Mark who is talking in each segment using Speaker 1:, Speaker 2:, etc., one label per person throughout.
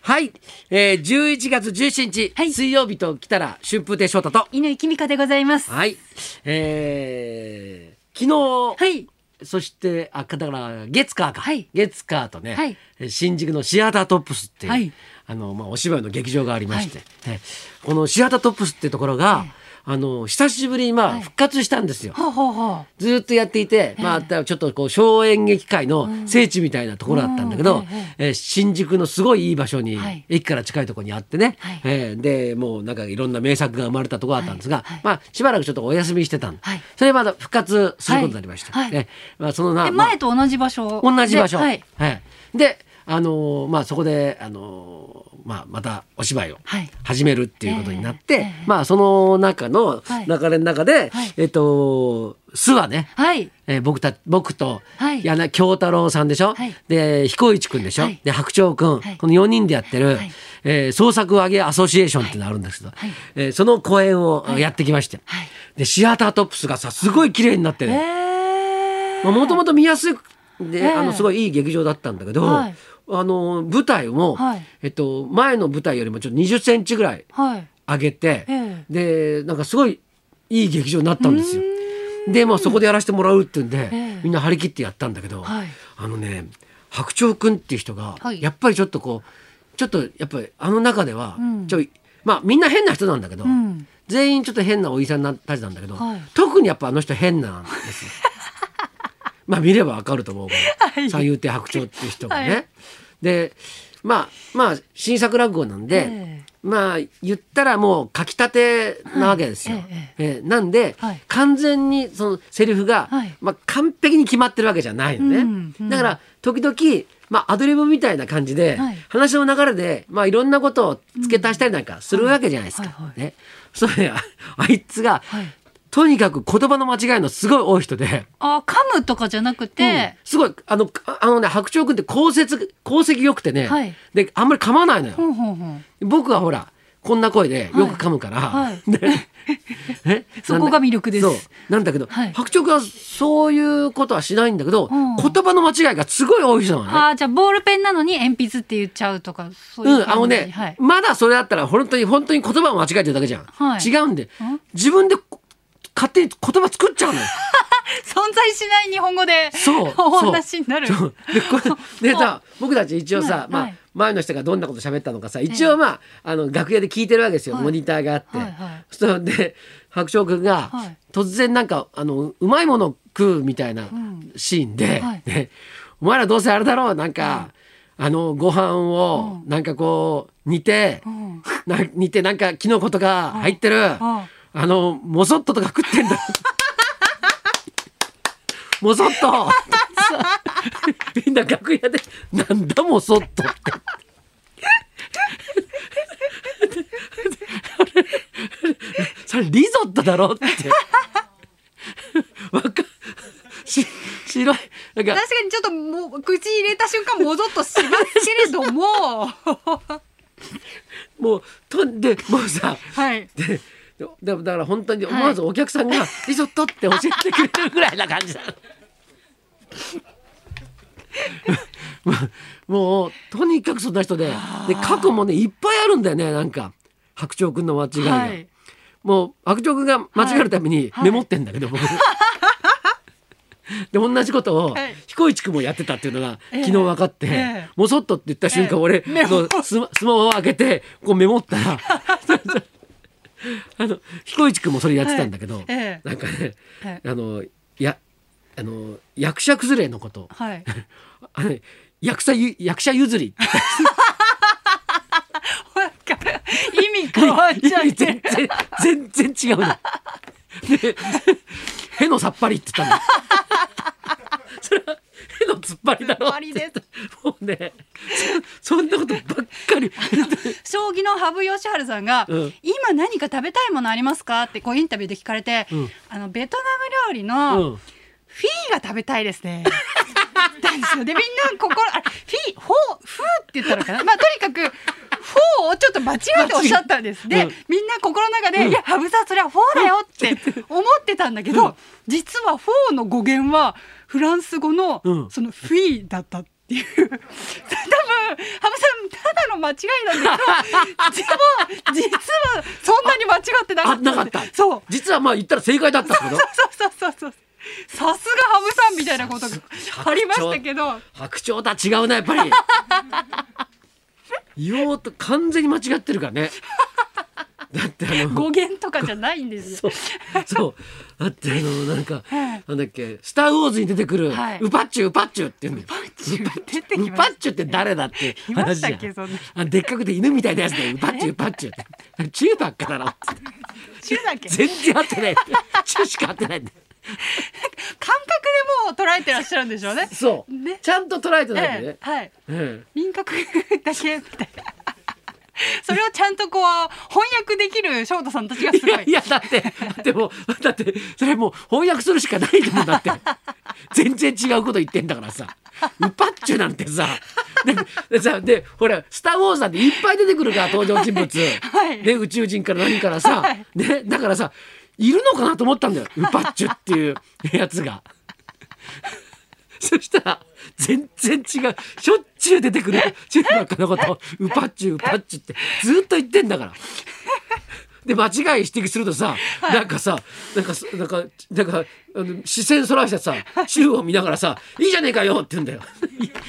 Speaker 1: はい、えー、11月17日、
Speaker 2: はい
Speaker 1: 水曜日と来たら春風亭昇太と
Speaker 2: 犬井君香でございます。
Speaker 1: はいえー、昨日、
Speaker 2: はい。
Speaker 1: そしてあだから月火か、
Speaker 2: はい
Speaker 1: 月火とね、
Speaker 2: はい
Speaker 1: えー新宿のシアタートップスっていう、
Speaker 2: はい
Speaker 1: あのまあ、お芝居の劇場がありまして、ねこのシアタートップスってところが、あの久しぶりにま
Speaker 2: は
Speaker 1: あ
Speaker 2: い
Speaker 1: 復活したんですよ。
Speaker 2: ほうほうほう。
Speaker 1: ずっとやっていて、まあ、ちょっとこう小演劇界の聖地みたいなところだったんだけど、
Speaker 2: うんうんえ
Speaker 1: えー新宿のすごいいい場所に、
Speaker 2: はい
Speaker 1: 駅から近いところにあってね、
Speaker 2: はい
Speaker 1: えーでもうなんかいろんな名作が生まれたところだったんですが、
Speaker 2: はいはい
Speaker 1: まあ、しばらくちょっとお休みしてたんで、
Speaker 2: はい
Speaker 1: それまだ復活することになりました。
Speaker 2: はいはい
Speaker 1: ねまあ、そのな
Speaker 2: え、
Speaker 1: まあ
Speaker 2: 前と同じ場所。
Speaker 1: 同じ場所、
Speaker 2: ではい。
Speaker 1: はいであのーまあ、そこで、あのーまあ、またお芝居を
Speaker 2: はい
Speaker 1: 始めるっていうことになって、
Speaker 2: ええええ
Speaker 1: まあ、その中の
Speaker 2: はい
Speaker 1: 流れの中で、
Speaker 2: はい
Speaker 1: えっと巣はね、
Speaker 2: はい。
Speaker 1: えー僕た僕と
Speaker 2: はい
Speaker 1: 柳京太郎さんでしょ、
Speaker 2: はい
Speaker 1: で彦一くんでしょ、
Speaker 2: はい
Speaker 1: で白鳥くん、
Speaker 2: はい
Speaker 1: この4人でやってる、
Speaker 2: はい
Speaker 1: えー創作上げアソシエーションっていうのがあるんですけど、
Speaker 2: はい
Speaker 1: えーその公演をやってきまして、
Speaker 2: はい
Speaker 1: でシアタートップスがさすごい綺麗になって
Speaker 2: え
Speaker 1: ね、
Speaker 2: え
Speaker 1: もともと見やすくで、
Speaker 2: ええ
Speaker 1: あのすごいいい劇場だったんだけど、
Speaker 2: はい
Speaker 1: あの舞台も、
Speaker 2: はい
Speaker 1: えっと、前の舞台よりもちょっと20センチぐらい
Speaker 2: はい。
Speaker 1: 上げて、
Speaker 2: え
Speaker 1: でなんかすごいいい劇場になったんですよ。でまあそこでやらせてもらうってんで、
Speaker 2: え
Speaker 1: みんな張り切ってやったんだけど、
Speaker 2: はい
Speaker 1: あのね白鳥くんっていう人が、
Speaker 2: はい
Speaker 1: やっぱりちょっとこうちょっとやっぱりあの中では、
Speaker 2: うん
Speaker 1: ちょいまあみんな変な人なんだけど、
Speaker 2: うん
Speaker 1: 全員ちょっと変なおじさんなたちなんだけど、
Speaker 2: はい
Speaker 1: 特にやっぱあの人変なん ですよ。まあ見ればわかると思うから、
Speaker 2: はい
Speaker 1: 三遊亭白鳥っていう人がね。
Speaker 2: はい
Speaker 1: でまあまあ新作落語なんで、
Speaker 2: ええ
Speaker 1: まあ言ったらもう書きたてなわけですよ。
Speaker 2: はいえ
Speaker 1: ええなんで、
Speaker 2: はい
Speaker 1: 完全にそのセリフが、
Speaker 2: はい
Speaker 1: まあ、完璧に決まってるわけじゃないのね。
Speaker 2: うんうん
Speaker 1: だから時々まあ、アドリブみたいな感じで、
Speaker 2: はい
Speaker 1: 話の流れで、まあ、いろんなことを付け足したりなんかするわけじゃないです
Speaker 2: はい
Speaker 1: か
Speaker 2: は。い
Speaker 1: ね、それああいつが、
Speaker 2: はい
Speaker 1: とにかく言葉の間違いのすごい多い人で、
Speaker 2: あ、噛むとかじゃなくて。
Speaker 1: すごいあのああのね白鳥君って功績功績良くてね、
Speaker 2: はい
Speaker 1: であんまり噛まないのよ。
Speaker 2: ほうほうほう。
Speaker 1: 僕はほらこんな声でよく噛むから、
Speaker 2: はいは
Speaker 1: ねね
Speaker 2: そこが魅力です
Speaker 1: そうなんだけど、
Speaker 2: はい
Speaker 1: 白鳥君はそういうことはしないんだけど、
Speaker 2: うん
Speaker 1: 言葉の間違いがすごい多い人なのね。、
Speaker 2: あー、じゃあボールペンなのに鉛筆って言っちゃうとか。そういううん
Speaker 1: あの
Speaker 2: 感じ
Speaker 1: ね、
Speaker 2: はい。
Speaker 1: まだそれだったら本当に本当に言葉を間違えてるだけじゃん、
Speaker 2: はい
Speaker 1: 違うんで自分でこ勝手に言葉作っちゃうのよ
Speaker 2: 存在しない日本語で。
Speaker 1: そう
Speaker 2: お話になる。
Speaker 1: そうでこ れでさ僕たち一応さ、
Speaker 2: はい
Speaker 1: ま
Speaker 2: は
Speaker 1: あ
Speaker 2: い、
Speaker 1: 前の人がどんなこと喋ったのかさ一応まああの楽屋で聞いてるわけですよ、
Speaker 2: はい
Speaker 1: モニターがあって、
Speaker 2: はいはい
Speaker 1: そしたらで白鳥くんが
Speaker 2: はい
Speaker 1: 突然なんかあのうまいもの食うみたいなんシーンで、
Speaker 2: はい
Speaker 1: でお前らどうせあれだろうなんか、あのご飯をなんかこう煮て、
Speaker 2: うん
Speaker 1: な煮てなんかキノコとか入ってる、
Speaker 2: ん
Speaker 1: あのモソットとか食ってんだ モソット みんな楽屋で「なんだモソット」って それリゾットだろって わかし白いなんか
Speaker 2: 確かにちょっともう口入れた瞬間もぞっとしますけれど も
Speaker 1: もう飛んでもうさ
Speaker 2: はい
Speaker 1: ででだから本当に思わずお客さんが「リゾット」って教えてくれてるぐらいな感じ だもうもうとにかくそんな人でで過去もねいっぱいあるんだよねなんか白鳥くんの間違いが、
Speaker 2: はい
Speaker 1: もう白鳥くんが間違えるために
Speaker 2: はい
Speaker 1: メモってんだけど、僕 で同じことを
Speaker 2: はい
Speaker 1: 彦一君もやってたっていうのが
Speaker 2: ええ
Speaker 1: 昨日分かって、
Speaker 2: ええ
Speaker 1: もそっとって言った瞬間、
Speaker 2: ええ
Speaker 1: 俺
Speaker 2: メモ
Speaker 1: のスマスマホを開けてこうメモったら あの彦一君もそれやってたんだけど、
Speaker 2: はいええ
Speaker 1: なんかね、
Speaker 2: はい
Speaker 1: あのやあの役者崩れのこと
Speaker 2: はい
Speaker 1: あの役者ゆ役者譲り
Speaker 2: なんか意味変わっちゃっ
Speaker 1: 全
Speaker 2: て
Speaker 1: 然全然違うの。で「へのさっぱり」って言ったの。それはへのつっぱりだろ
Speaker 2: つっぱりで
Speaker 1: もうねそそんなことばっかり
Speaker 2: 将棋の羽生善治さんが、
Speaker 1: うん
Speaker 2: 今何か食べたいものありますか?」ってこうインタビューで聞かれて、
Speaker 1: ん
Speaker 2: あのベトナム料理
Speaker 1: う
Speaker 2: の
Speaker 1: ん
Speaker 2: フィーが食べたいですね。 だったんですよでみんな心あれフィーフォーフーって言ったのかなまあとにかくフォーをちょっと間違えておっしゃったんですで、
Speaker 1: うん
Speaker 2: みんな心の中で「いや羽生さんそれはフォーだよ」って思ってたんだけど、実はフォーの語源はフランス語の
Speaker 1: うん
Speaker 2: そのフィーだったっていう多分羽生さんただの間違いなんです けどでも実はそんなに間違ってなか
Speaker 1: あ
Speaker 2: った
Speaker 1: なかった
Speaker 2: そう
Speaker 1: 実はまあ言ったら正解だったんですけど
Speaker 2: そうそうそうそうさすがハムさんみたいなことがありましたけど
Speaker 1: 白鳥とは違うなやっぱり言おうと完全に間違ってるからねだってあの
Speaker 2: 語源とかじゃないんです
Speaker 1: そうそうだってあのなんか
Speaker 2: はい
Speaker 1: なんだっけ「スター・ウォーズ」に出てくる
Speaker 2: はい
Speaker 1: ウパッチュウパッチュ」って言うんだよ。
Speaker 2: よ。出てき
Speaker 1: ウ
Speaker 2: ま
Speaker 1: パ
Speaker 2: し
Speaker 1: ッチュって誰だって
Speaker 2: いまし
Speaker 1: 話
Speaker 2: た
Speaker 1: じゃ。
Speaker 2: っけそんなん
Speaker 1: あでっかくて犬みたいなやつでウパッチュウパッチュってチューばっかだろって
Speaker 2: た。中だっけ。感覚で
Speaker 1: 全然合ってないってチューしか合ってないんだよ
Speaker 2: もう捉えてらっしゃるんでしょうね。
Speaker 1: そう、
Speaker 2: ね
Speaker 1: ちゃんと捉えてないんだ
Speaker 2: え
Speaker 1: よね
Speaker 2: え、はい。
Speaker 1: うん、
Speaker 2: 輪郭だけみたいな。それをちゃんとこう翻訳できる翔太さんたちがす
Speaker 1: い
Speaker 2: ご
Speaker 1: やい
Speaker 2: い。
Speaker 1: やだってでもだってそれもう翻訳するしかないもんだって 全然違うこと言ってんだからさウパッチュなんてさででさでほら「スター・ウォーズ」なんていっぱい出てくるから登場人物、
Speaker 2: はい
Speaker 1: ね、宇宙人から何からさ、
Speaker 2: はい
Speaker 1: ね、だからさいるのかなと思ったんだよウパッチュっていうやつが。そしたら全然違うしょっちゅう出てくる中学のこと「ウパッチュウパッチュ」ってずっと言ってんだから。で間違い指摘するとさ、なんかさなんかそなんかなんかあの視線そらしてさ宙を見ながらさ「いいじゃねえかよ」って言うんだよ。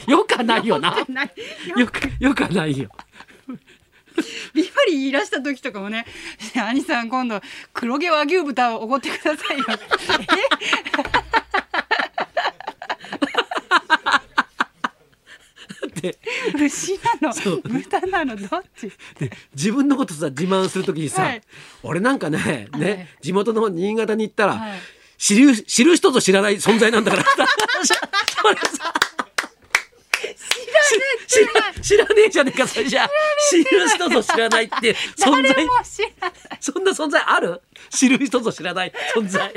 Speaker 1: よかないよな。
Speaker 2: ない
Speaker 1: よくよかないよ。
Speaker 2: ビバリー言いらした時とかもね 「兄さん今度黒毛和牛豚をおごってください よ」
Speaker 1: で
Speaker 2: え 牛な
Speaker 1: そう
Speaker 2: の豚なのどっ ち
Speaker 1: で自分のことさ自慢するときにさ、
Speaker 2: はい
Speaker 1: 俺なんかねね、
Speaker 2: はい
Speaker 1: 地元の新潟に行ったら、
Speaker 2: はい
Speaker 1: 知る知る人と知らない存在なんだから 俺さ知ら知らねえじゃねえかそれじゃあ知る人ぞ知らないって存
Speaker 2: 誰
Speaker 1: 在
Speaker 2: も知らない
Speaker 1: そんな存在ある知る人ぞ知らない存在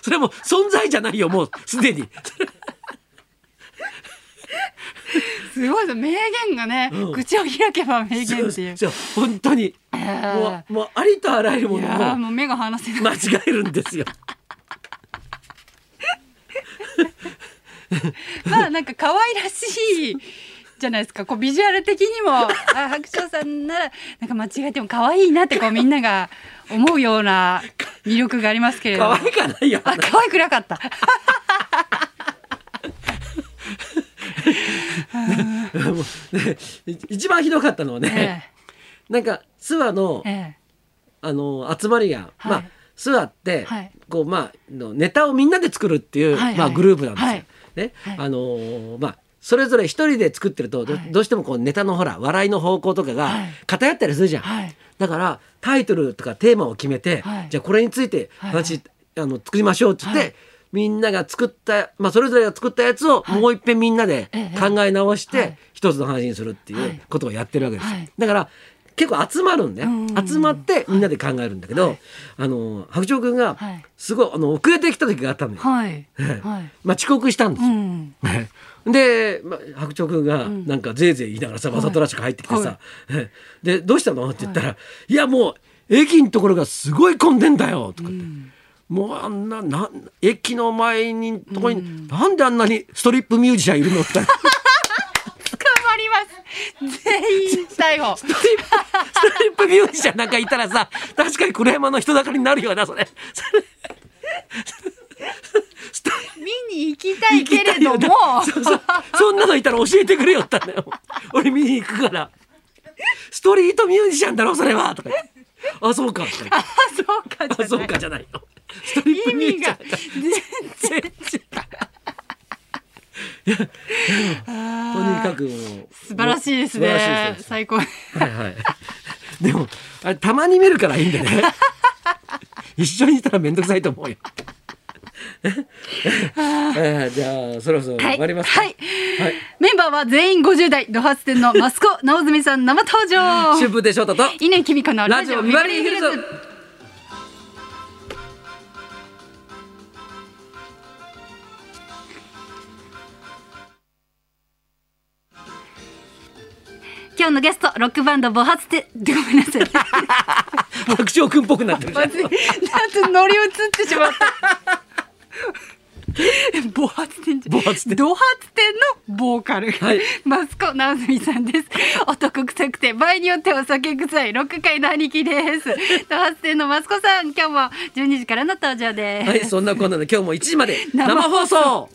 Speaker 1: それもう存在じゃないよもうすでに
Speaker 2: すごいです名言がね、
Speaker 1: うん
Speaker 2: 口を開けば名言っていう。
Speaker 1: そう本当に
Speaker 2: え
Speaker 1: も
Speaker 2: ー
Speaker 1: うもうありとあらゆるも
Speaker 2: い
Speaker 1: の
Speaker 2: や
Speaker 1: を
Speaker 2: ーもう目が離せな
Speaker 1: 間
Speaker 2: い。
Speaker 1: 違えるん ですよ
Speaker 2: まあなんか可愛らしいじゃないですか。こうビジュアル的にもあ白鳥さんならなんか間違えても可愛いなってこうみんなが思うような魅力がありますけれども。
Speaker 1: 可愛かないよ
Speaker 2: あ可愛くなかった。
Speaker 1: もうねい一番ひどかったのは
Speaker 2: え
Speaker 1: ね、なんか諏訪の
Speaker 2: え、え
Speaker 1: あの集まりが、
Speaker 2: はい
Speaker 1: まあ諏訪って、
Speaker 2: はい
Speaker 1: こうまあのネタをみんなで作るっていう、
Speaker 2: はいはい
Speaker 1: まあグループなんですよ。
Speaker 2: はい
Speaker 1: ね、
Speaker 2: はい
Speaker 1: あのーまあそれぞれ一人で作ってるとど,、
Speaker 2: はいう
Speaker 1: してもこうネタのほら笑いの方向とかが
Speaker 2: はい
Speaker 1: 偏ったりするじゃ
Speaker 2: え
Speaker 1: ん。
Speaker 2: はい。
Speaker 1: だからタイトルとかテーマを決めて、
Speaker 2: はい
Speaker 1: じゃあこれについて話、
Speaker 2: は
Speaker 1: あの作りましょうって言って、
Speaker 2: はい
Speaker 1: みんなが作った、まあ、それぞれが作ったやつを
Speaker 2: い
Speaker 1: もう一遍みんなで
Speaker 2: ええ
Speaker 1: 考え直し
Speaker 2: は
Speaker 1: て
Speaker 2: い
Speaker 1: 一つの話にするってい
Speaker 2: は
Speaker 1: う
Speaker 2: い
Speaker 1: ことをやってるわけですよ。
Speaker 2: はい
Speaker 1: だから結構集まるんで、
Speaker 2: うんうんうん
Speaker 1: 集まってみんなで考えるんだけど、
Speaker 2: はい
Speaker 1: あの白鳥くんが
Speaker 2: はい
Speaker 1: すごいあの遅れてきた時があったのよ。
Speaker 2: はい。
Speaker 1: ええ
Speaker 2: はい。
Speaker 1: まあ、遅刻したんです
Speaker 2: う
Speaker 1: よ。
Speaker 2: ん。
Speaker 1: ね で、まあ、白鳥くんが
Speaker 2: ん
Speaker 1: なんかぜいぜい言いながらさ、わざとらしく入ってきてさ「
Speaker 2: は
Speaker 1: ね でどうしたの?」って言ったら「い、やもう駅のところがすごい混んでんだよ」とかって。もうあんなな駅の前にとこに、なんであんなにストリップミュージシャンいる のって言ったら
Speaker 2: 捕まります。全員逮捕。
Speaker 1: ストリップストリップミュージシャンなんかいたらさ確かに黒山の人だかりになるよなそれそれストリ
Speaker 2: 見に行きたいけ れど
Speaker 1: 行きたい
Speaker 2: も
Speaker 1: よ。なそうそうそんなのいたら教えてくれよったんだよ俺見に行くからストリートミュージシャンだろそれはとか言ってあそうかとか言って
Speaker 2: あそうかじゃ
Speaker 1: あそう
Speaker 2: ない
Speaker 1: かじゃないのストリップ
Speaker 2: 意
Speaker 1: ミュージ
Speaker 2: 味
Speaker 1: シャ
Speaker 2: が
Speaker 1: ン全然とにかくもう
Speaker 2: 素晴らしいです
Speaker 1: 素晴らしい
Speaker 2: ね
Speaker 1: で。す
Speaker 2: 最高。
Speaker 1: はいはいでもあれたまに見るからいいんだよね一緒にいたら面倒くさいと思うよはいはいじゃあそろそろ終わりますか
Speaker 2: はい
Speaker 1: はい
Speaker 2: メンバーは全員50代、ド発展のマスコ直澄さん生登場。
Speaker 1: 春風亭昇太と
Speaker 2: 稲きみかの
Speaker 1: ラ
Speaker 2: ラ
Speaker 1: ジ
Speaker 2: ジ
Speaker 1: オ
Speaker 2: オ
Speaker 1: ビ
Speaker 2: ビ
Speaker 1: バ
Speaker 2: バ
Speaker 1: リー
Speaker 2: リー
Speaker 1: ヒ
Speaker 2: ヒ
Speaker 1: ル
Speaker 2: ル
Speaker 1: ズ
Speaker 2: ズ。今日のゲスト、ロックバンドボハツテ、ごめんな さい。
Speaker 1: 白鳥くんっぽくなってるじゃん
Speaker 2: まずい、ちょっと乗り移ってしまった。ボハツテンじゃん
Speaker 1: 暴発展
Speaker 2: ドハツテンのボーカル、
Speaker 1: はい
Speaker 2: マスコ直澄さんです。男臭くて場合によってお酒臭いロック界の兄貴です多発店のマスコさん今日も12時からの登場です、
Speaker 1: はい、そんなこんなで今日も1時まで
Speaker 2: 生
Speaker 1: 生放送